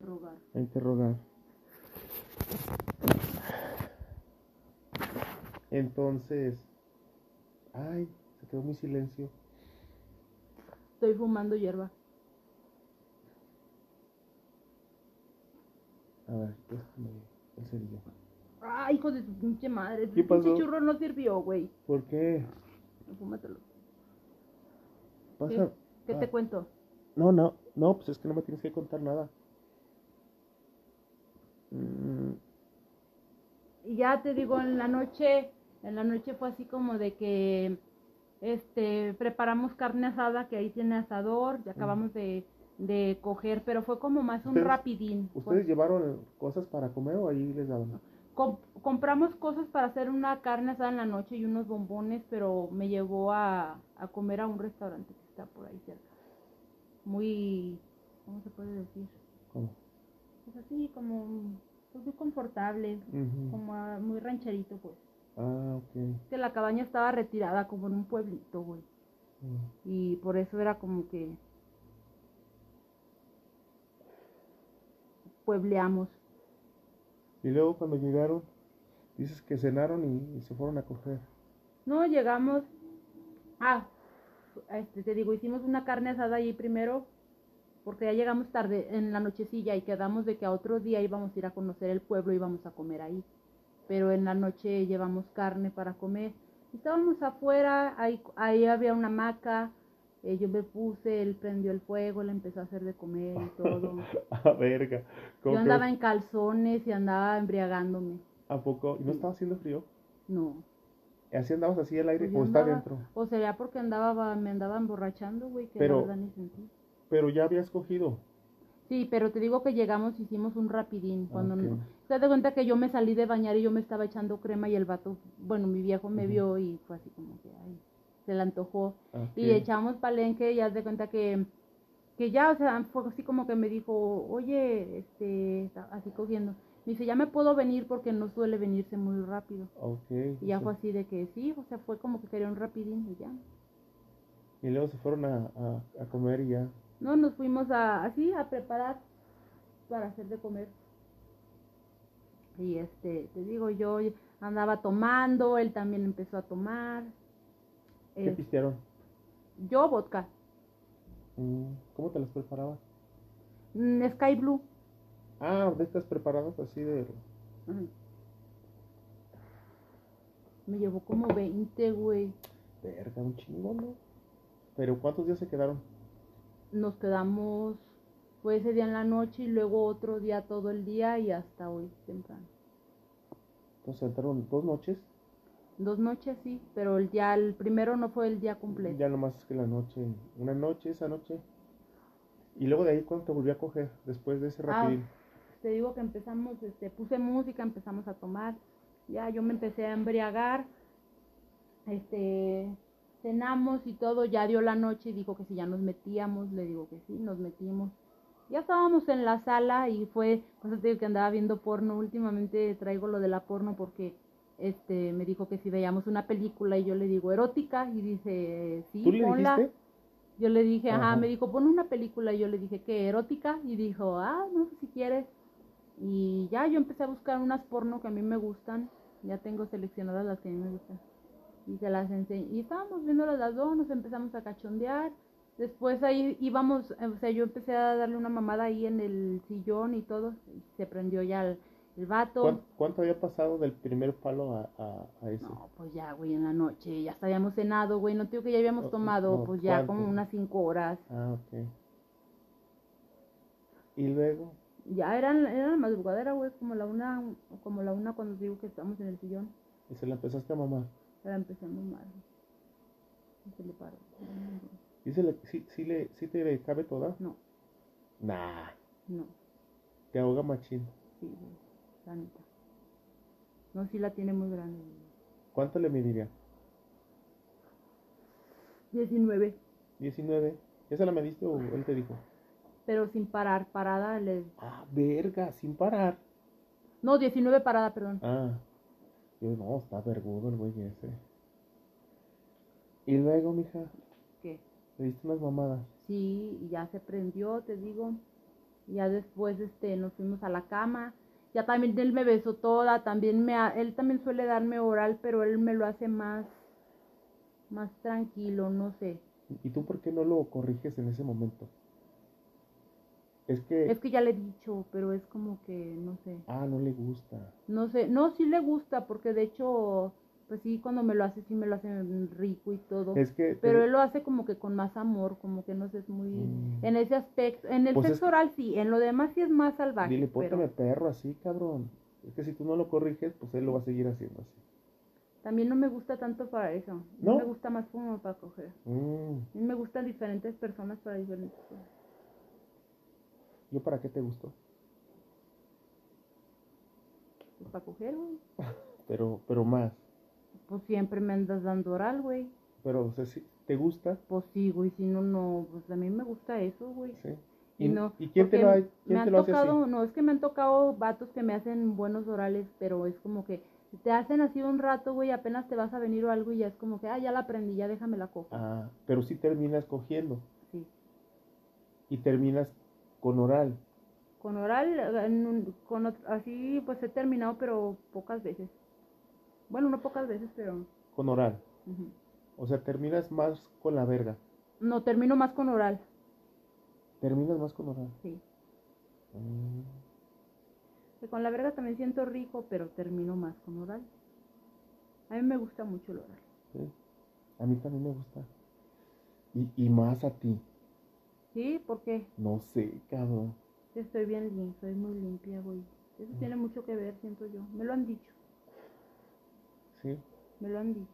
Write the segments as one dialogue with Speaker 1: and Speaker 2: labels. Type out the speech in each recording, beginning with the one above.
Speaker 1: rogar.
Speaker 2: Hay que rogar. Entonces, ay, se quedó muy silencio.
Speaker 1: Estoy fumando hierba.
Speaker 2: A ver, déjame el cerillo.
Speaker 1: Ah, hijo de tu pinche madre.
Speaker 2: ¿Qué pasó?
Speaker 1: Ese churro no sirvió, güey.
Speaker 2: ¿Por qué?
Speaker 1: Fúmatelo.
Speaker 2: Pasa.
Speaker 1: ¿Qué, qué
Speaker 2: ah,
Speaker 1: te cuento?
Speaker 2: No, no, no, pues es que no me tienes que contar nada. Mm,
Speaker 1: Y ya te digo, en la noche, en la noche fue así como de que este preparamos carne asada, que ahí tiene asador, ya acabamos de, de coger, pero fue como más un
Speaker 2: ¿Ustedes-
Speaker 1: rapidín. fue-
Speaker 2: ¿Ustedes llevaron cosas para comer o ahí les daban?
Speaker 1: Com- compramos cosas para hacer una carne asada en la noche y unos bombones, pero me llevó a, a comer a un restaurante que está por ahí cerca. Muy, ¿cómo se puede decir?
Speaker 2: ¿Cómo?
Speaker 1: Pues así, como pues, muy confortable,
Speaker 2: Ujú.
Speaker 1: como a- muy rancherito, pues.
Speaker 2: Ah, ok.
Speaker 1: Que la cabaña estaba retirada como en un pueblito, güey.
Speaker 2: Mm.
Speaker 1: Y por eso era como que puebleamos.
Speaker 2: Y luego cuando llegaron, dices que cenaron y, y se fueron a coger.
Speaker 1: No, llegamos. Ah, este, te digo, hicimos una carne asada allí primero, porque ya llegamos tarde en la nochecilla y quedamos de que a otro día íbamos a ir a conocer el pueblo y íbamos a comer ahí. Pero en la noche llevamos carne para comer. Estábamos afuera, ahí, ahí había una hamaca, eh, yo me puse, él prendió el fuego, le empezó a hacer de comer y todo.
Speaker 2: ah, verga. ¿Cómo
Speaker 1: Yo
Speaker 2: que-
Speaker 1: andaba en calzones y andaba embriagándome.
Speaker 2: ¿A poco? ¿Y no estaba haciendo frío?
Speaker 1: No.
Speaker 2: ¿Y ¿Así andabas así al aire
Speaker 1: Pues yo
Speaker 2: o está
Speaker 1: andaba-
Speaker 2: adentro?
Speaker 1: O sería porque andaba, me andaba emborrachando, güey, que
Speaker 2: Pero-
Speaker 1: la verdad ni sentí.
Speaker 2: Pero ya habías cogido.
Speaker 1: Sí, pero te digo que llegamos, hicimos un rapidín. Cuando
Speaker 2: Ok.
Speaker 1: no- te das cuenta que yo me salí de bañar y yo me estaba echando crema y el vato, bueno, mi viejo me
Speaker 2: Ujú.
Speaker 1: vio y fue así como que, ay, se le antojó.
Speaker 2: Ah,
Speaker 1: Y
Speaker 2: ok.
Speaker 1: echamos palenque y haz de cuenta que, que ya, o sea, fue así como que me dijo, oye, este, ta- así cogiendo. Me dice, ya me puedo venir porque no suele venirse muy rápido.
Speaker 2: Ok.
Speaker 1: Y ya
Speaker 2: sí.
Speaker 1: fue así de que sí, o sea, fue como que quería un rapidín y ya.
Speaker 2: Y luego se fueron a, a- a comer y ya.
Speaker 1: No, nos fuimos a, así a preparar para hacer de comer. Y este, te digo, yo andaba tomando, él también empezó a tomar.
Speaker 2: ¿Qué
Speaker 1: Eh,
Speaker 2: pistearon?
Speaker 1: yo vodka,
Speaker 2: Mm, ¿Cómo te las preparabas?
Speaker 1: mm, Sky Blue.
Speaker 2: Ah, de estas preparadas así de...
Speaker 1: Me llevó como 20, güey.
Speaker 2: Verga, un chingo, ¿no? Pero ¿cuántos días se quedaron?
Speaker 1: Nos quedamos, fue ese día en la noche y luego otro día todo el día y hasta hoy temprano.
Speaker 2: Entonces entraron dos noches.
Speaker 1: Dos noches sí, pero el día, el primero no fue el día completo.
Speaker 2: Ya nomás es que la noche, una noche, esa noche. Y luego de ahí, cuando te volví a coger? Después de ese
Speaker 1: Ah,
Speaker 2: rapidín.
Speaker 1: te digo que empezamos, este, puse música, empezamos a tomar, ya yo me empecé a embriagar, este, cenamos y todo, ya dio la noche y dijo que si ya nos metíamos, le digo que sí, nos metimos. Ya estábamos en la sala y fue, pues te digo que andaba viendo porno, últimamente traigo lo de la porno porque este me dijo que si veíamos una película y yo le digo erótica y dice sí,
Speaker 2: ¿Tú le
Speaker 1: ponla.
Speaker 2: dijiste?
Speaker 1: Yo le dije, ajá,
Speaker 2: Ajá.
Speaker 1: me dijo, pon una película. Y yo le dije, ¿qué? ¿Erótica? Y dijo, ah, no, si quieres. Y ya yo empecé a buscar unas porno que a mí me gustan. Ya tengo seleccionadas las que a mí me gustan. Y se las enseñé. Y estábamos viéndolas las dos, nos empezamos a cachondear. Después ahí íbamos, eh, o sea, yo empecé a darle una mamada ahí en el sillón y todo. y se prendió ya el, el vato.
Speaker 2: ¿Cuán- ¿Cuánto había pasado del primer palo a, a, a ese?
Speaker 1: No, pues ya, güey, en la noche, ya hasta habíamos cenado, güey, no te digo que ya habíamos
Speaker 2: No,
Speaker 1: tomado,
Speaker 2: no,
Speaker 1: pues ya
Speaker 2: ¿cuánto?
Speaker 1: como unas cinco horas.
Speaker 2: Ah, ok. Y luego,
Speaker 1: Ya eran, era la madrugadera, güey, como la una, como la una cuando digo que estamos en el sillón,
Speaker 2: y se la empezaste a mamar.
Speaker 1: la empezamos mal. Y se le paró.
Speaker 2: ¿Y se le, sí, sí le, sí te cabe toda?
Speaker 1: No,
Speaker 2: Nah,
Speaker 1: no,
Speaker 2: te ahoga machín.
Speaker 1: sí, güey, la neta. No, sí la tiene muy grande. güey.
Speaker 2: ¿Cuánto le mediría?
Speaker 1: 19,
Speaker 2: 19. ¿Esa la mediste o él te dijo?
Speaker 1: pero sin parar, parada le...
Speaker 2: Ah, verga, sin parar.
Speaker 1: No, 19 parada, perdón.
Speaker 2: Ah, yo no, está vergudo el güey ese. Y luego, mija,
Speaker 1: ¿Qué?
Speaker 2: le diste unas mamadas.
Speaker 1: Sí, y ya se prendió, te digo. Y ya después este, nos fuimos a la cama. Ya también él me besó toda, también me, ha- él también suele darme oral, pero él me lo hace más, más tranquilo, no sé.
Speaker 2: ¿Y tú por qué no lo corriges en ese momento? Es que,
Speaker 1: Es que ya le he dicho, pero es como que, no sé.
Speaker 2: ah, no le gusta.
Speaker 1: No sé, no, sí le gusta, porque de hecho, pues sí, cuando me lo hace, sí me lo hace rico y todo.
Speaker 2: Es que,
Speaker 1: Pero él lo hace como que con más amor, como que no sé, es muy...
Speaker 2: Mm.
Speaker 1: En ese aspecto, en el
Speaker 2: Pues es
Speaker 1: sexo
Speaker 2: que-
Speaker 1: oral sí, en lo demás sí es más salvaje.
Speaker 2: dile, pues,
Speaker 1: pero
Speaker 2: póntame perro así, cabrón. Es que si tú no lo corriges, pues él lo va a seguir haciendo así.
Speaker 1: también no me gusta tanto para eso.
Speaker 2: ¿No?
Speaker 1: Me gusta más como para coger.
Speaker 2: Mm,
Speaker 1: A mí me gustan diferentes personas para diferentes cosas.
Speaker 2: ¿Yo para qué te gustó?
Speaker 1: Pues para coger, güey.
Speaker 2: Pero, pero más.
Speaker 1: Pues siempre me andas dando oral, güey.
Speaker 2: Pero, o sea, sí, ¿te gusta?
Speaker 1: Pues sí, güey, si no, no, pues a mí me gusta eso, güey.
Speaker 2: Sí.
Speaker 1: Y no,
Speaker 2: ¿y quién te
Speaker 1: porque
Speaker 2: lo, ha-
Speaker 1: me
Speaker 2: quién
Speaker 1: han
Speaker 2: te lo hace
Speaker 1: tocado,
Speaker 2: así?
Speaker 1: no, es que me han tocado vatos que me hacen buenos orales, pero es como que te hacen así un rato, güey, apenas te vas a venir o algo y ya es como que, ah, ya la aprendí, ya déjame la cojo.
Speaker 2: Ah, pero sí terminas cogiendo
Speaker 1: Sí.
Speaker 2: y terminas con oral.
Speaker 1: Con oral, eh, en un- con ot- así pues he terminado, pero pocas veces. Bueno, no pocas veces, pero
Speaker 2: Con oral.
Speaker 1: ujú.
Speaker 2: O sea, terminas más con la verga.
Speaker 1: no termino más con oral,
Speaker 2: Terminas más con oral.
Speaker 1: sí.
Speaker 2: Mm.
Speaker 1: Que con la verga también siento rico, pero termino más con oral. A mí me gusta mucho el oral.
Speaker 2: Sí, A mí también me gusta. Y, y más a ti.
Speaker 1: Sí, porque
Speaker 2: No sé, cabrón.
Speaker 1: Estoy bien limpia, soy muy limpia, güey. Eso tiene mucho que ver, siento yo. Me lo han dicho,
Speaker 2: Sí.
Speaker 1: me lo han dicho.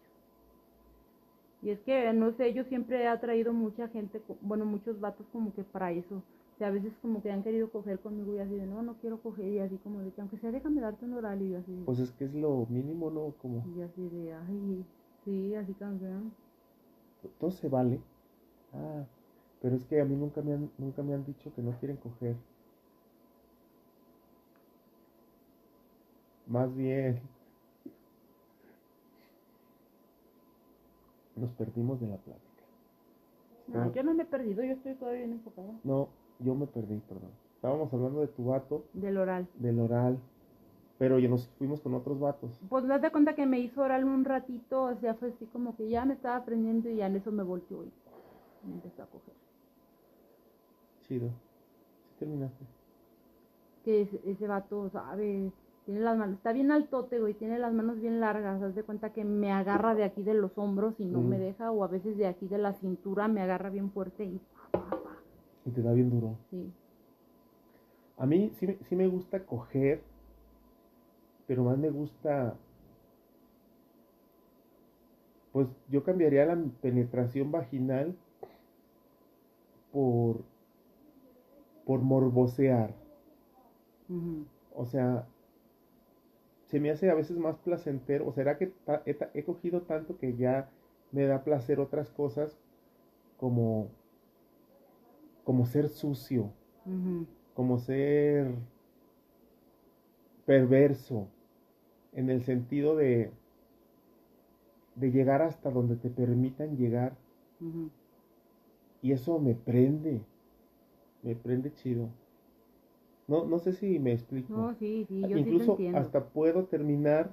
Speaker 1: Y es que, no sé, yo siempre he atraído mucha gente, co- bueno, muchos vatos como que para eso. O sea, a veces como que han querido coger conmigo y así de, no, no quiero coger. Y así como de que, aunque sea, déjame darte un oral. Y yo así de,
Speaker 2: Pues es que es lo mínimo, ¿no? Como
Speaker 1: y así de ay, sí, así "Ah". campeón.
Speaker 2: todo se vale. Ah, pero es que a mí nunca me han, nunca me han dicho que no quieren coger. Más bien. Nos perdimos de la plática.
Speaker 1: No,
Speaker 2: Ah.
Speaker 1: yo no me he perdido, yo estoy todavía bien enfocada.
Speaker 2: No, yo me perdí, perdón. Estábamos hablando de tu vato,
Speaker 1: Del oral.
Speaker 2: del oral, pero ya nos fuimos con otros vatos.
Speaker 1: Pues me das cuenta que me hizo oral un ratito, o sea, fue así como que ya me estaba aprendiendo y ya en eso me volteó y me empezó a coger.
Speaker 2: Chido. Sí terminaste.
Speaker 1: que ese, ese vato sabe, tiene las manos, está bien altote, güey, tiene las manos bien largas, haz de cuenta que me agarra de aquí de los hombros y no
Speaker 2: Mm.
Speaker 1: me deja, o a veces de aquí de la cintura me agarra bien fuerte y
Speaker 2: Y te da bien duro.
Speaker 1: sí,
Speaker 2: A mí sí, me- sí me gusta coger, pero más me gusta... Pues yo cambiaría la penetración vaginal por... por morbosear.
Speaker 1: ujú,
Speaker 2: O sea, se me hace a veces más placentero. ¿O será que ta- he, ta- he cogido tanto que ya me da placer otras cosas como, como ser sucio,
Speaker 1: ujú.
Speaker 2: como ser perverso, en el sentido de, de llegar hasta donde te permitan llegar?
Speaker 1: Ujú.
Speaker 2: Y eso me prende, me prende chido. No, no sé si me explico.
Speaker 1: No, sí, sí, yo sí te
Speaker 2: Incluso
Speaker 1: entiendo.
Speaker 2: hasta puedo terminar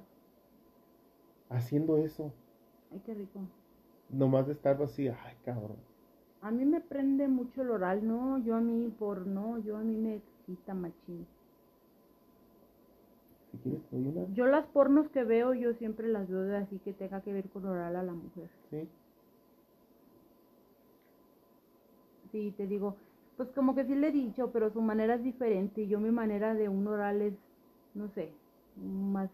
Speaker 2: haciendo eso.
Speaker 1: Ay, qué rico.
Speaker 2: Nomás de estar así, ay cabrón.
Speaker 1: A mí me prende mucho el oral, no, yo a mí por no, yo a mí me excita machín.
Speaker 2: Si quieres te doy una.
Speaker 1: Yo las pornos que veo, yo siempre las veo de así que tenga que ver con oral a la mujer.
Speaker 2: Sí.
Speaker 1: Sí, te digo, pues como que sí le he dicho, pero su manera es diferente y yo mi manera de un oral es, no sé, más...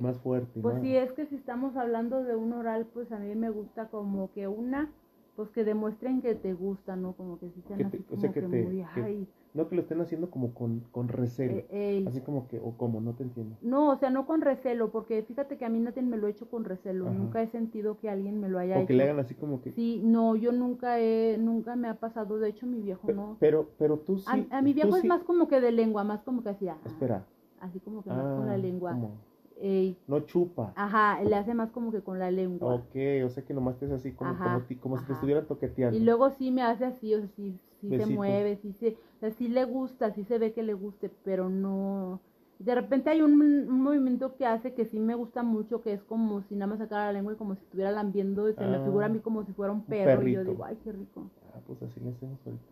Speaker 2: Más fuerte.
Speaker 1: Pues
Speaker 2: más.
Speaker 1: si es que si estamos hablando de un oral, pues a mí me gusta como que una, pues que demuestren que te gusta, ¿no? Como que sí sean
Speaker 2: Que
Speaker 1: así
Speaker 2: te- o
Speaker 1: como
Speaker 2: sea,
Speaker 1: que,
Speaker 2: que te-
Speaker 1: muy,
Speaker 2: que-
Speaker 1: ay,
Speaker 2: No que lo estén haciendo como con, con recelo.
Speaker 1: eh, ey.
Speaker 2: Así como que, o como, no te entiendo.
Speaker 1: No, o sea, no con recelo, porque fíjate que a mí nadie me lo ha hecho con recelo,
Speaker 2: Ajá.
Speaker 1: nunca he sentido que alguien me lo haya
Speaker 2: O
Speaker 1: hecho.
Speaker 2: que le hagan así como que.
Speaker 1: Sí, no, yo nunca he, nunca me ha pasado, de hecho mi viejo
Speaker 2: pe-
Speaker 1: no.
Speaker 2: Pero, pero tú sí.
Speaker 1: A, a mi
Speaker 2: tú
Speaker 1: viejo es
Speaker 2: sí-
Speaker 1: más como que de lengua, más como que así, ah,
Speaker 2: Espera.
Speaker 1: así como que más con
Speaker 2: Ah,
Speaker 1: la lengua. Ah,
Speaker 2: como-
Speaker 1: Ey.
Speaker 2: No chupa.
Speaker 1: Ajá, le hace más como que con la lengua.
Speaker 2: Ok, o sea que nomás te es así como,
Speaker 1: Ajá,
Speaker 2: como, ti- como si te
Speaker 1: ajá.
Speaker 2: estuviera toqueteando.
Speaker 1: Y luego sí me hace así, o sea, sí, sí se
Speaker 2: Besito.
Speaker 1: mueve, sí se, o sea, sí le gusta, sí se ve que le guste, pero no. De repente hay un, un movimiento que hace que sí me gusta mucho, que es como si nada más sacara la lengua y como si estuviera lambiendo, y se me
Speaker 2: Ah,
Speaker 1: figura a mí como si fuera un perro. y yo
Speaker 2: perrito.
Speaker 1: digo, ay, qué rico.
Speaker 2: Ah, pues así le hacemos ahorita.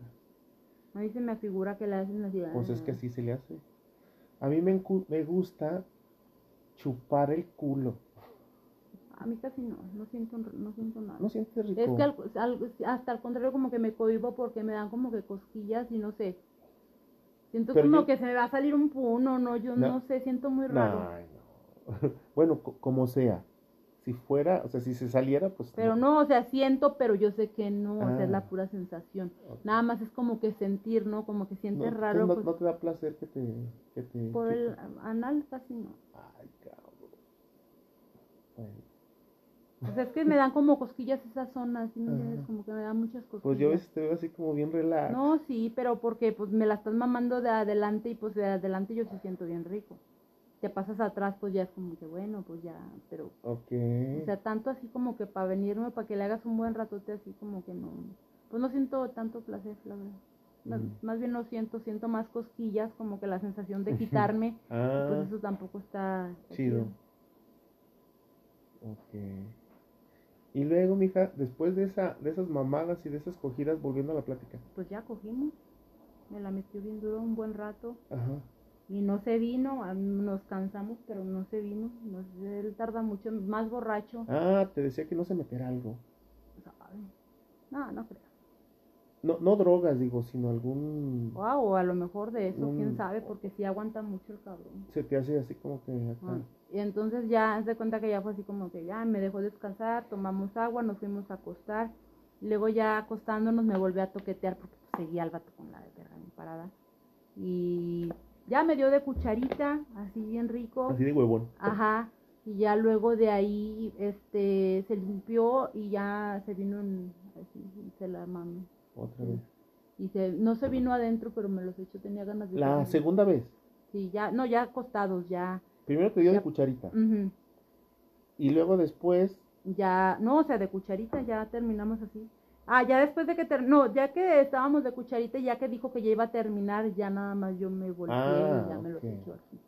Speaker 1: A mí se me figura que la hacen así.
Speaker 2: Pues es que
Speaker 1: ah.
Speaker 2: así se le hace. A mí me, encu- me gusta chupar el culo.
Speaker 1: A mí casi no, no siento, no siento nada.
Speaker 2: ¿No sientes rico?
Speaker 1: Es que al- al- hasta al contrario como que me cohibo porque me dan como que cosquillas y no sé. Siento
Speaker 2: Pero
Speaker 1: como
Speaker 2: yo-
Speaker 1: que se me va a salir un puno, no, yo
Speaker 2: No.
Speaker 1: no, sé, siento muy raro.
Speaker 2: Nah, no. bueno, co- como sea. Si fuera, o sea, si se saliera, pues.
Speaker 1: Pero no, o sea, siento, pero yo sé que no, o sea, es
Speaker 2: Ah.
Speaker 1: la pura sensación.
Speaker 2: Ok.
Speaker 1: Nada más es como que sentir, ¿no? Como que
Speaker 2: No,
Speaker 1: sientes
Speaker 2: entonces
Speaker 1: raro
Speaker 2: no,
Speaker 1: pues,
Speaker 2: no te da placer que te. Que te
Speaker 1: por
Speaker 2: que-
Speaker 1: el anal casi no.
Speaker 2: Ay, cabrón. Ay.
Speaker 1: O sea, es que me dan como cosquillas esas zonas, ¿sí me entiendes?
Speaker 2: Ajá.
Speaker 1: Como que me dan muchas cosquillas.
Speaker 2: Pues yo a veces te veo así como bien relajado.
Speaker 1: No, sí, pero porque pues me la estás mamando de adelante y pues de adelante yo sí siento bien rico. Te pasas atrás, pues ya es como que bueno, pues ya, pero
Speaker 2: Ok.
Speaker 1: o sea, tanto así como que para venirme, para que le hagas un buen ratote así como que no. Pues no siento tanto placer, la verdad. Más,
Speaker 2: Mm.
Speaker 1: más bien no siento, siento más cosquillas, como que la sensación de quitarme,
Speaker 2: ah,
Speaker 1: pues eso tampoco está está
Speaker 2: chido. Ok. Y luego, mija, después de, esa, de esas mamadas y de esas cogidas, volviendo a la plática.
Speaker 1: Pues ya cogimos, me la metió bien duro un buen rato.
Speaker 2: Ajá.
Speaker 1: y no se vino, a- nos cansamos, pero no se vino, no sé, él tarda mucho, más borracho,
Speaker 2: Ah, te decía que no se meter algo.
Speaker 1: sabe. No, no creo.
Speaker 2: No, no drogas, digo, sino algún...
Speaker 1: O a- o a lo mejor de eso,
Speaker 2: Mm.
Speaker 1: quién sabe, porque sí aguanta mucho el cabrón.
Speaker 2: Se te hace así como que acá.
Speaker 1: Ah, Y entonces ya haz de cuenta que ya fue así como que ya me dejó descansar, tomamos agua, nos fuimos a acostar. y Luego ya acostándonos me volví a toquetear porque pues, seguía el vato con la de perra bien parada. Y ya me dio de cucharita, así bien rico.
Speaker 2: Así de huevón.
Speaker 1: Ah. Ajá. Y ya luego de ahí, este, se limpió y ya se vino en- así, se la mami.
Speaker 2: Otra vez.
Speaker 1: Y se, no se vino adentro, pero me los echó, tenía ganas de.
Speaker 2: La
Speaker 1: comer.
Speaker 2: segunda vez.
Speaker 1: Sí, ya, no, ya acostados, ya.
Speaker 2: Primero te dio de
Speaker 1: Ya. Mm.
Speaker 2: cucharita.
Speaker 1: ujú,
Speaker 2: Y luego después...
Speaker 1: Ya, no, o sea, de cucharita, ya terminamos así. Ah, ya después de que ter- no, ya que estábamos de cucharita, ya que dijo que ya iba a terminar, ya nada más yo me volteé
Speaker 2: Ah,
Speaker 1: y ya me los
Speaker 2: ok.
Speaker 1: echó aquí.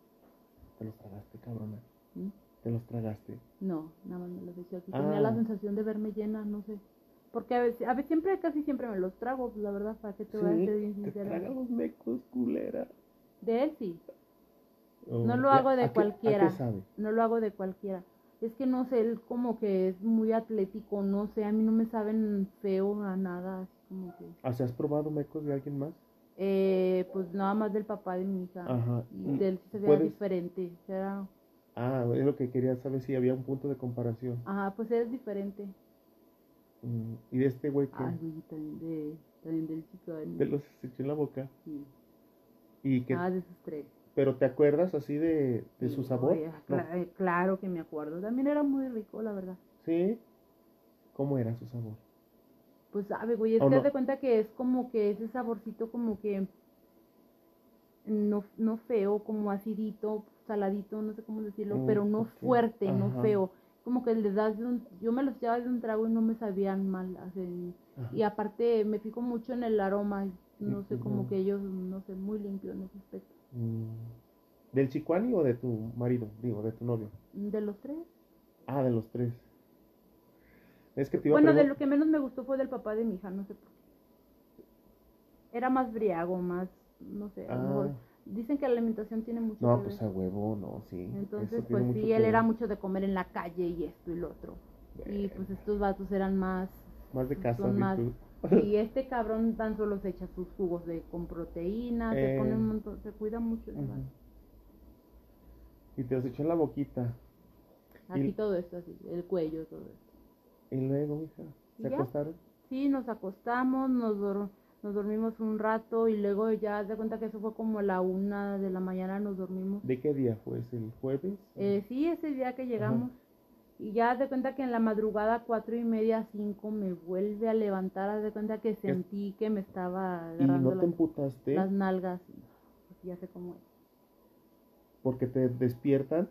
Speaker 2: Te los tragaste, cabrona.
Speaker 1: ¿Mm?
Speaker 2: Te los tragaste.
Speaker 1: No, nada más me los decía aquí.
Speaker 2: Ah.
Speaker 1: Tenía la sensación de verme llena, no sé. Porque a veces, a veces siempre, casi siempre me los trago, pues, la verdad, para que te voy a ser bien
Speaker 2: Sí, te
Speaker 1: sincera.
Speaker 2: traga los mecos, culera.
Speaker 1: De él sí,
Speaker 2: Oh,
Speaker 1: no lo
Speaker 2: ya,
Speaker 1: hago de
Speaker 2: ¿a qué-
Speaker 1: cualquiera.
Speaker 2: ¿A qué sabe?
Speaker 1: no lo hago de cualquiera. Es que no sé, él como que es muy atlético, no sé, a mí no me saben feo a nada, así como que.
Speaker 2: O sea, ¿has probado mecos de alguien más?
Speaker 1: Eh, pues nada más del papá de mi hija.
Speaker 2: Ajá.
Speaker 1: Ah. Y de él sí se veía
Speaker 2: ¿Puedes?
Speaker 1: diferente. o sea, Era,
Speaker 2: Ah, es lo que quería saber si había un punto de comparación.
Speaker 1: ajá, pues él es diferente.
Speaker 2: Mm, Y de este güey que
Speaker 1: Ay, güey, también, de, también del chico. de-
Speaker 2: te los echó en la boca.
Speaker 1: sí.
Speaker 2: Y que,
Speaker 1: Ah, de sus tres.
Speaker 2: pero ¿te acuerdas así de, de su
Speaker 1: Sí,
Speaker 2: sabor?
Speaker 1: oye,
Speaker 2: No.
Speaker 1: cla- eh, claro que me acuerdo. También era muy rico, la verdad.
Speaker 2: Sí. ¿Cómo era su sabor?
Speaker 1: Pues sabe, güey, es
Speaker 2: ¿O
Speaker 1: que
Speaker 2: no?
Speaker 1: haz de cuenta que es como que ese saborcito como que no, no feo, como acidito, saladito, no sé cómo decirlo,
Speaker 2: Mm,
Speaker 1: pero no
Speaker 2: ok.
Speaker 1: fuerte,
Speaker 2: Ajá.
Speaker 1: no feo. Como que le das de un, yo me los llevaba de un trago y no me sabían mal. así.
Speaker 2: Ajá.
Speaker 1: Y aparte me fijo mucho en el aroma, no sé, como
Speaker 2: Mm, Ujú.
Speaker 1: que ellos, no sé, muy limpio en ese aspecto.
Speaker 2: Mm. ¿Del chicuani o de tu marido? Digo, de tu novio.
Speaker 1: De los tres.
Speaker 2: Ah, de los tres. Es que te iba a
Speaker 1: Bueno, de
Speaker 2: pregun-
Speaker 1: lo que menos me gustó fue del papá de mi hija, no sé por qué. Era más briago, más, no sé, a lo
Speaker 2: Ah.
Speaker 1: mejor. Dicen que la alimentación tiene mucho
Speaker 2: No,
Speaker 1: que
Speaker 2: pues a
Speaker 1: ver.
Speaker 2: huevo, no, sí.
Speaker 1: Entonces,
Speaker 2: eso
Speaker 1: pues
Speaker 2: tiene mucho
Speaker 1: sí,
Speaker 2: que
Speaker 1: él
Speaker 2: ver.
Speaker 1: era mucho de comer en la calle y esto y lo otro. Y pues estos vatos eran más...
Speaker 2: Más de casa,
Speaker 1: son
Speaker 2: sí,
Speaker 1: más-
Speaker 2: tú.
Speaker 1: Y este cabrón tan solo se echa sus jugos de con proteína, se pone
Speaker 2: Eh.
Speaker 1: un montón, se cuida mucho. ese vato.
Speaker 2: Ujú. Y te los echó en la boquita.
Speaker 1: Aquí
Speaker 2: Y-
Speaker 1: todo esto, así, el cuello, todo esto.
Speaker 2: Y luego, mija,
Speaker 1: ¿Y
Speaker 2: se
Speaker 1: ya?
Speaker 2: acostaron.
Speaker 1: Sí, nos acostamos, nos, dor- nos dormimos un rato y luego ya haz de cuenta que eso fue como la una de la mañana nos dormimos.
Speaker 2: ¿De qué día fue? ¿Es el jueves?
Speaker 1: Eh, sí, ese día que llegamos. Y ya haz de cuenta que en la madrugada cuatro y media, cinco me vuelve a levantar, haz de cuenta que sentí que me estaba
Speaker 2: y no
Speaker 1: agarrando
Speaker 2: te
Speaker 1: las,
Speaker 2: emputaste
Speaker 1: las nalgas. y Ya sé cómo es.
Speaker 2: porque te despiertan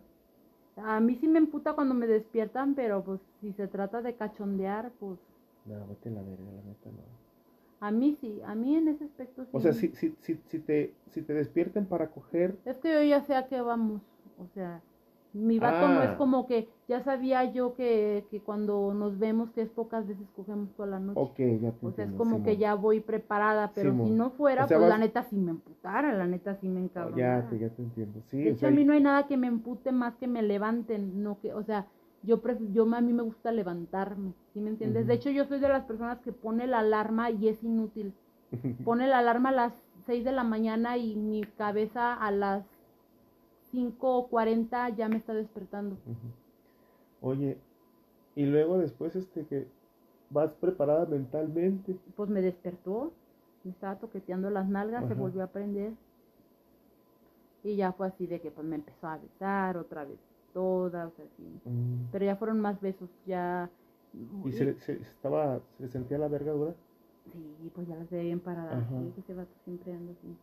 Speaker 1: A mí sí me emputa cuando me despiertan, pero pues si se trata de cachondear, pues
Speaker 2: No, vete a la verga, la neta, no.
Speaker 1: a mí sí, a mí en ese aspecto sí.
Speaker 2: O sea, si, si, si, si, te, si te despierten para coger,
Speaker 1: Es que yo ya sé a qué vamos. O sea, mi vato no
Speaker 2: Ah.
Speaker 1: es como que ya sabía yo que, que cuando nos vemos, que es pocas veces cogemos toda la noche.
Speaker 2: ok, ya te
Speaker 1: O sea, es
Speaker 2: entiendo,
Speaker 1: como que
Speaker 2: Simón.
Speaker 1: ya voy preparada, pero si
Speaker 2: Simón.
Speaker 1: no fuera,
Speaker 2: O sea,
Speaker 1: pues
Speaker 2: vas-
Speaker 1: la neta sí me emputara, la neta sí me
Speaker 2: No,
Speaker 1: encabronara.
Speaker 2: ya, te, ya te entiendo. Sí,
Speaker 1: De
Speaker 2: o
Speaker 1: hecho,
Speaker 2: sea,
Speaker 1: a mí no hay nada que me empute más que me levanten, no que, o sea, yo, pref- yo a mí me gusta levantarme, ¿sí me entiendes? De
Speaker 2: Ujú.
Speaker 1: hecho, yo soy de las personas que pone la alarma y es inútil. Pone la alarma a las 6 de la mañana y mi cabeza a las 5.40 ya me está despertando.
Speaker 2: Ujú. Oye, y luego después este que vas preparada mentalmente.
Speaker 1: Pues me despertó, me estaba toqueteando las nalgas, se
Speaker 2: Ajá.
Speaker 1: volvió a prender. Y ya fue así de que pues me empezó a besar otra vez, toda, o sea, sí.
Speaker 2: Mm.
Speaker 1: Pero ya fueron más besos, ya...
Speaker 2: Y se, le- se estaba, se le sentía la verga dura.
Speaker 1: Sí, pues ya las veía bien paradas.
Speaker 2: Ajá.
Speaker 1: sí, que ese vato siempre anda así.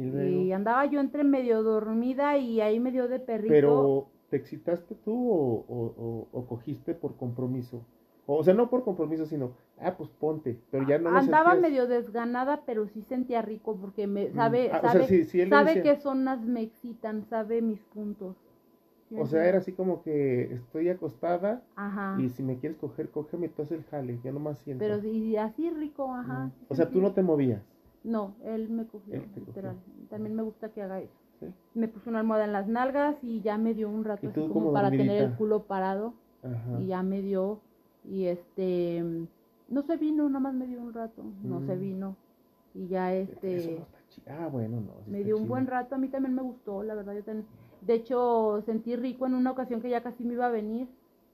Speaker 2: Y luego,
Speaker 1: Y andaba yo entre medio dormida y ahí medio de perrito.
Speaker 2: pero ¿te excitaste tú o, o- o- o cogiste por compromiso? O sea, no por compromiso, sino, ah, pues ponte, pero ya no lo
Speaker 1: andaba
Speaker 2: sentías.
Speaker 1: medio desganada, pero sí sentía rico porque me
Speaker 2: Mm.
Speaker 1: sabe,
Speaker 2: Ah, o sea,
Speaker 1: sabe,
Speaker 2: sí, sí, él le
Speaker 1: sabe
Speaker 2: decía.
Speaker 1: qué zonas me excitan, sabe mis puntos. ¿Sí me
Speaker 2: O sea,
Speaker 1: entiendes?
Speaker 2: era así como que estoy acostada
Speaker 1: Ajá.
Speaker 2: y si me quieres coger, cógeme, tú haces el jale, ya nomás siento.
Speaker 1: Ah. Pero sí, y así rico, ajá.
Speaker 2: Mm.
Speaker 1: sí
Speaker 2: O sea, tú
Speaker 1: sentí-
Speaker 2: no te movías.
Speaker 1: No, él me cogió,
Speaker 2: Él te
Speaker 1: literal.
Speaker 2: cogió.
Speaker 1: También me gusta que haga eso.
Speaker 2: ¿sí?
Speaker 1: Me puso una almohada en las nalgas y ya me dio un rato
Speaker 2: Y
Speaker 1: así
Speaker 2: tú
Speaker 1: como,
Speaker 2: como Ah.
Speaker 1: para tener el
Speaker 2: dormidita.
Speaker 1: culo parado.
Speaker 2: Ajá.
Speaker 1: y ya me dio y este no se vino nada más me dio un rato no se
Speaker 2: Mm.
Speaker 1: vino y ya
Speaker 2: Eso no
Speaker 1: este
Speaker 2: está chi- Ah, bueno, no. sí
Speaker 1: me
Speaker 2: está
Speaker 1: dio un
Speaker 2: chido.
Speaker 1: buen rato a mí también me gustó la verdad yo también de hecho sentí rico en una ocasión que ya casi me iba a venir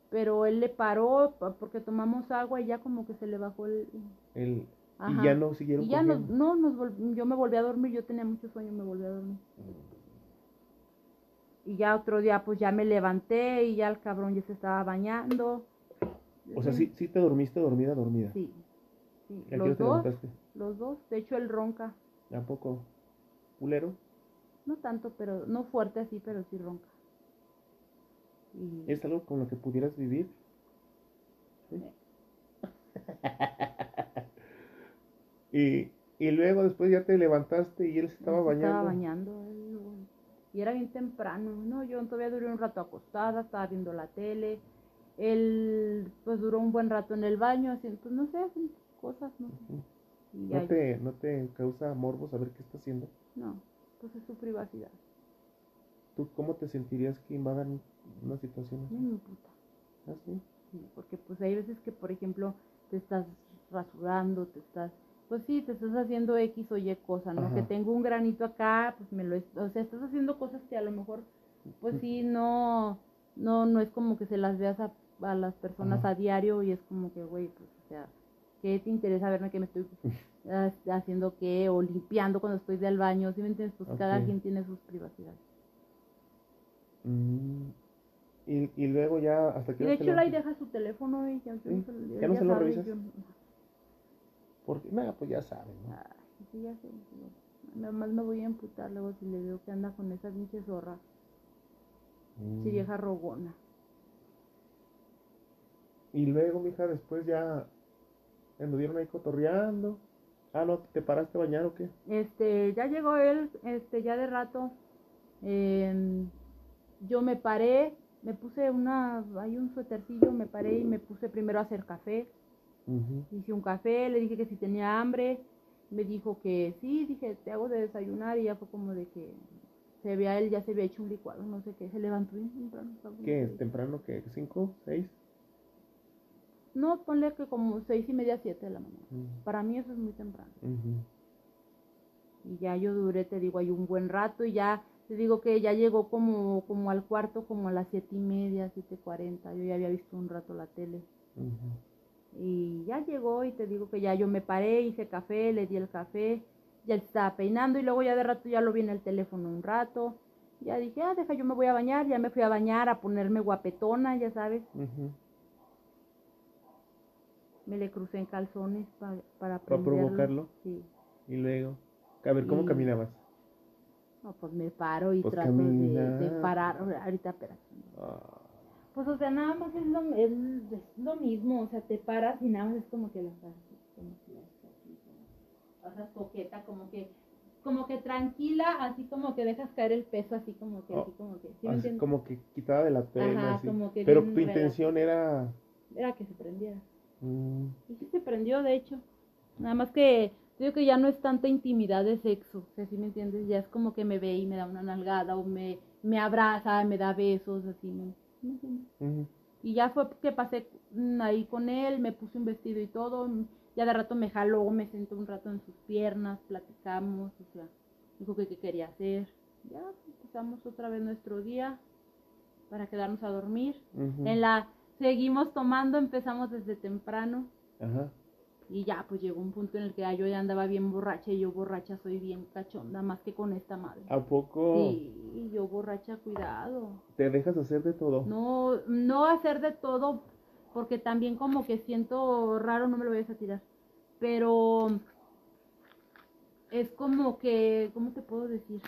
Speaker 1: pero él le paró pa- porque tomamos agua y ya como que se le bajó el
Speaker 2: El-
Speaker 1: Ajá.
Speaker 2: Y ya no siguieron
Speaker 1: y ya nos-
Speaker 2: cogiendo.
Speaker 1: no nos vol- yo me volví a dormir yo tenía mucho sueño me volví a dormir y ya otro día pues ya me levanté y ya el cabrón ya se estaba bañando
Speaker 2: O sea, sí, sí te dormiste dormida, dormida.
Speaker 1: sí, sí.
Speaker 2: ¿A qué hora
Speaker 1: los
Speaker 2: te
Speaker 1: dos
Speaker 2: levantaste?
Speaker 1: Los dos. De hecho, él ronca.
Speaker 2: ¿A poco? ¿Culero?
Speaker 1: No tanto, pero no fuerte así, pero sí ronca. Y
Speaker 2: ¿Es algo con lo que pudieras vivir? ¿Sí? y, y luego después ya te levantaste y él se estaba
Speaker 1: se
Speaker 2: bañando.
Speaker 1: estaba bañando él, güey. Y era bien temprano. No, yo todavía duré un rato acostada, estaba viendo la tele. Él, pues duró un buen rato en el baño, haciendo, pues no sé, haciendo cosas, no sé.
Speaker 2: Ujú.
Speaker 1: Y
Speaker 2: ¿No
Speaker 1: ahí-
Speaker 2: te, ¿No te causa morbo saber qué está haciendo?
Speaker 1: no, pues es su privacidad.
Speaker 2: ¿Tú cómo te sentirías que invadan una situación
Speaker 1: No
Speaker 2: así?
Speaker 1: me puta.
Speaker 2: ¿Ah, sí?
Speaker 1: Sí, porque pues hay veces que, por ejemplo, te estás rasurando, te estás, pues sí, te estás haciendo X o Y cosa, ¿no?
Speaker 2: Ajá.
Speaker 1: Que tengo un granito acá, pues me lo, es- o sea, estás haciendo cosas que a lo mejor, pues sí, no, no, no es como que se las veas a, a las personas
Speaker 2: Ajá.
Speaker 1: a diario y es como que, güey, pues, o sea, ¿qué te interesa verme que me estoy ah, haciendo qué o limpiando cuando estoy del baño? ¿Sí me entiendes? Pues cada
Speaker 2: Ok.
Speaker 1: quien tiene sus privacidades.
Speaker 2: Mm. Y, y luego ya hasta que...
Speaker 1: Y de hecho, la deja su teléfono y ya, yo
Speaker 2: Sí,
Speaker 1: se-
Speaker 2: ya
Speaker 1: él
Speaker 2: no se lo
Speaker 1: sabe,
Speaker 2: revisas.
Speaker 1: yo-
Speaker 2: Porque, nada, pues ya saben, ¿no?
Speaker 1: Ay, sí, ya sé. Nada más me voy a emputar luego si le veo que anda con esa pinche zorra.
Speaker 2: Mm.
Speaker 1: Si vieja rogona.
Speaker 2: Y luego, mija, después ya anduvieron ahí cotorreando. Ah, no, ¿te paraste a bañar o qué?
Speaker 1: Este, ya llegó él, este, ya de rato. em, yo me paré, me puse una, hay un suétercillo, me paré y me puse primero a hacer café.
Speaker 2: Ujú.
Speaker 1: Hice un café, le dije que si tenía hambre, me dijo que sí, dije, te hago de desayunar y ya fue como de que se vea él, ya se había hecho un licuado, no sé qué, se levantó bien temprano. estaba bien
Speaker 2: ¿Qué?
Speaker 1: feliz.
Speaker 2: ¿Temprano qué? ¿Cinco? ¿Seis?
Speaker 1: No, ponle que como seis y media, siete de la mañana.
Speaker 2: Mm.
Speaker 1: Para mí eso es muy temprano.
Speaker 2: Ujú.
Speaker 1: Y ya yo duré, te digo, ahí un buen rato y ya te digo que ya llegó como, como al cuarto, como a las siete y media, siete cuarenta. Yo ya había visto un rato la tele.
Speaker 2: Ujú.
Speaker 1: Y ya llegó y te digo que ya yo me paré, hice café, le di el café, ya él se estaba peinando y luego ya de rato ya lo vi en el teléfono un rato. Ya dije, ah, deja, yo me voy a bañar, ya me fui a bañar, a ponerme guapetona, ya sabes.
Speaker 2: Ujú.
Speaker 1: Me le crucé en calzones pa- para
Speaker 2: Para
Speaker 1: prenderlo.
Speaker 2: provocarlo.
Speaker 1: Sí.
Speaker 2: Y luego, a ver, ¿cómo
Speaker 1: Y-
Speaker 2: caminabas?
Speaker 1: No, pues me paro y
Speaker 2: Pues
Speaker 1: trato de,
Speaker 2: camina.
Speaker 1: de parar. Ahorita, espérate.
Speaker 2: Ah,
Speaker 1: Pues, o sea, nada más es lo, es- es lo mismo, o sea, te paras y nada más es como que la haces, como que la haces así, como- o sea, coqueta, como que, como que tranquila, así como que dejas caer el peso, así como que,
Speaker 2: Oh,
Speaker 1: así como que, ¿sí me
Speaker 2: así
Speaker 1: entiendes?
Speaker 2: como que quitada de la pena.
Speaker 1: Ajá,
Speaker 2: así.
Speaker 1: como que
Speaker 2: Pero
Speaker 1: bien
Speaker 2: tu
Speaker 1: relajada.
Speaker 2: intención era.
Speaker 1: Era que se prendiera.
Speaker 2: mm,
Speaker 1: Y sí se prendió, de hecho. Nada más que, yo digo que ya no es tanta intimidad de sexo, o sea, ¿sí me entiendes? Ya es como que me ve y me da una nalgada, o me, me abraza, me da besos, así, ¿me- ¿sí me entiendes?
Speaker 2: ujú.
Speaker 1: Y ya fue que pasé mm, ahí con él, me puse un vestido y todo. mm, Ya de rato me jaló, me senté un rato en sus piernas, platicamos, o sea, dijo que qué quería hacer. Ya empezamos otra vez nuestro día para quedarnos a dormir.
Speaker 2: Ujú.
Speaker 1: En la seguimos tomando, empezamos desde temprano
Speaker 2: Ajá.
Speaker 1: y ya pues llegó un punto en el que ya yo ya andaba bien borracha y yo borracha soy bien cachonda más que con esta madre.
Speaker 2: ¿A poco
Speaker 1: Sí, y yo borracha, cuidado.
Speaker 2: te dejas hacer de todo?
Speaker 1: No, no hacer de todo, porque también como que siento raro, no me lo vayas a tirar. Pero es como que, ¿cómo te puedo decir?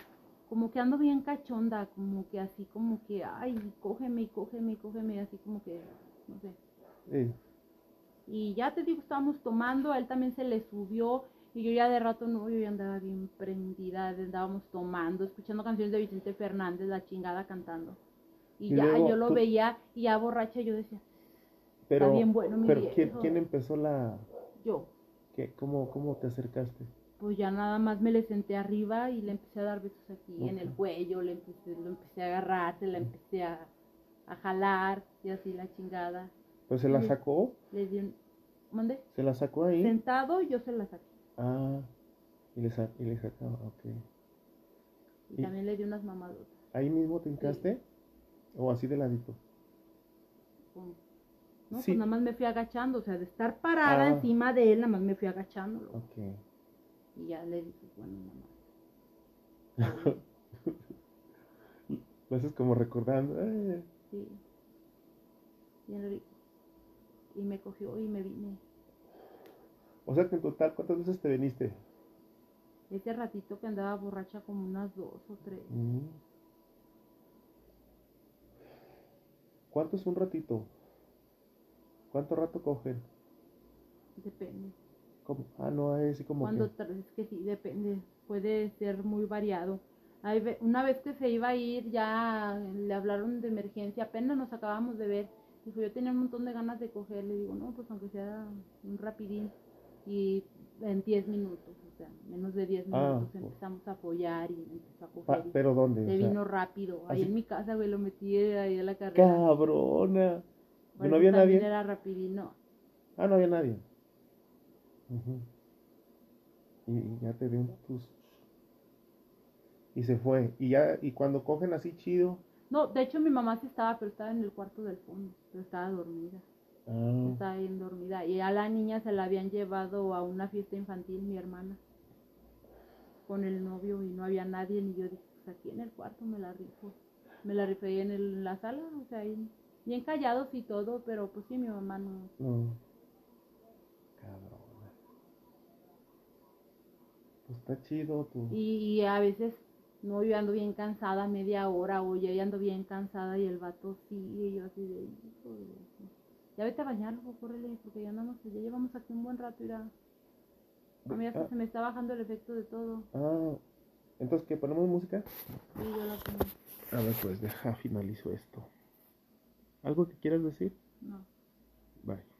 Speaker 1: Como que ando bien cachonda, como que así, como que, ay, cógeme y cógeme y cógeme, así como que, no sé.
Speaker 2: Sí.
Speaker 1: Y ya te digo, estábamos tomando, a él también se le subió. Y yo ya de rato no, yo ya andaba bien prendida, andábamos tomando, escuchando canciones de Vicente Fernández, la chingada cantando. Y,
Speaker 2: Y
Speaker 1: ya
Speaker 2: luego
Speaker 1: yo lo
Speaker 2: tú-
Speaker 1: veía y ya borracha yo decía,
Speaker 2: Pero,
Speaker 1: bien bueno, mi
Speaker 2: pero ¿quién,
Speaker 1: viejo.
Speaker 2: quién em-? empezó la...
Speaker 1: yo,
Speaker 2: qué- cómo, ¿Cómo te acercaste?
Speaker 1: pues ya nada más me le senté arriba y le empecé a dar besos aquí en el
Speaker 2: Ujú.
Speaker 1: cuello, le empecé, lo empecé a agarrar, se la empecé a, a jalar y así la chingada.
Speaker 2: Pues se la
Speaker 1: Sí.
Speaker 2: sacó,
Speaker 1: Le di un... ¿Mande?
Speaker 2: se la sacó ahí.
Speaker 1: Sentado yo se la saqué.
Speaker 2: Ah, y le, sa- y le sacaba, ok.
Speaker 1: Y
Speaker 2: Y-
Speaker 1: también le di unas mamadotas.
Speaker 2: ¿Ahí mismo te hincaste? ¿O así de ladito?
Speaker 1: como, No,
Speaker 2: Sí.
Speaker 1: pues nada más me fui agachando, o sea, de estar parada
Speaker 2: Ah.
Speaker 1: encima de él, nada más me fui agachando. loco.
Speaker 2: Ok.
Speaker 1: Y ya le dije, bueno, mamá.
Speaker 2: Lo haces como recordando. eh,
Speaker 1: Sí. Bien rico. Y me cogió y me vine.
Speaker 2: O sea que en total, ¿cuántas veces te viniste?
Speaker 1: Ese ratito que andaba borracha como unas dos o tres.
Speaker 2: Mm. ¿Cuánto es un ratito? ¿Cuánto rato cogen?
Speaker 1: Depende.
Speaker 2: ¿Cómo? Ah, no, es así como
Speaker 1: Cuando
Speaker 2: que...
Speaker 1: tal vez que sí, depende. Puede ser muy variado. Hay ve- Una vez que se iba a ir, ya le hablaron de emergencia. Apenas nos acabamos de ver. Dijo, yo tenía un montón de ganas de coger. Le digo, no, pues aunque sea un rapidín. Y en 10 minutos, o sea, menos de 10
Speaker 2: Ah,
Speaker 1: minutos
Speaker 2: bueno.
Speaker 1: empezamos a apoyar y empezó a
Speaker 2: Pa-
Speaker 1: coger. y
Speaker 2: ¿Pero dónde? O
Speaker 1: se
Speaker 2: sea,
Speaker 1: vino rápido. Ahí
Speaker 2: así-
Speaker 1: en mi casa, güey, lo metí ahí a la carrera.
Speaker 2: ¡Cabrona!
Speaker 1: Por
Speaker 2: ¿No
Speaker 1: eso
Speaker 2: había
Speaker 1: también
Speaker 2: nadie?
Speaker 1: Era rapidín, no.
Speaker 2: Ah, no había nadie. Ujú. y, y ya te dio tus... Y se fue. Y ya, y cuando cogen así chido...
Speaker 1: No, de hecho mi mamá sí estaba, pero estaba en el cuarto del fondo, pero estaba dormida.
Speaker 2: Ah,
Speaker 1: Estaba bien dormida. Y a la niña se la habían llevado a una fiesta infantil, mi hermana, con el novio y no había nadie. Y yo dije, pues aquí en el cuarto me la rifo. Me la rifé en el- la sala, o sea, ahí, bien callados y todo, pero pues sí, mi mamá no.
Speaker 2: no. Cabrona. Pues está chido tu...
Speaker 1: Y, y a veces, no, yo ando bien cansada media hora o yo ya ando bien cansada y el vato sí, y yo así de, "Hijo de la- ya vete a bañar, loco, córrele, porque ya andamos, ya llevamos aquí un buen rato, mira. A mí hasta
Speaker 2: Ah,
Speaker 1: se me está bajando el efecto de todo.
Speaker 2: ah, entonces, ¿qué? ¿Ponemos música?
Speaker 1: Y yo la pongo.
Speaker 2: A ver, pues deja, finalizo esto. ¿Algo que quieras decir?
Speaker 1: No.
Speaker 2: Bye.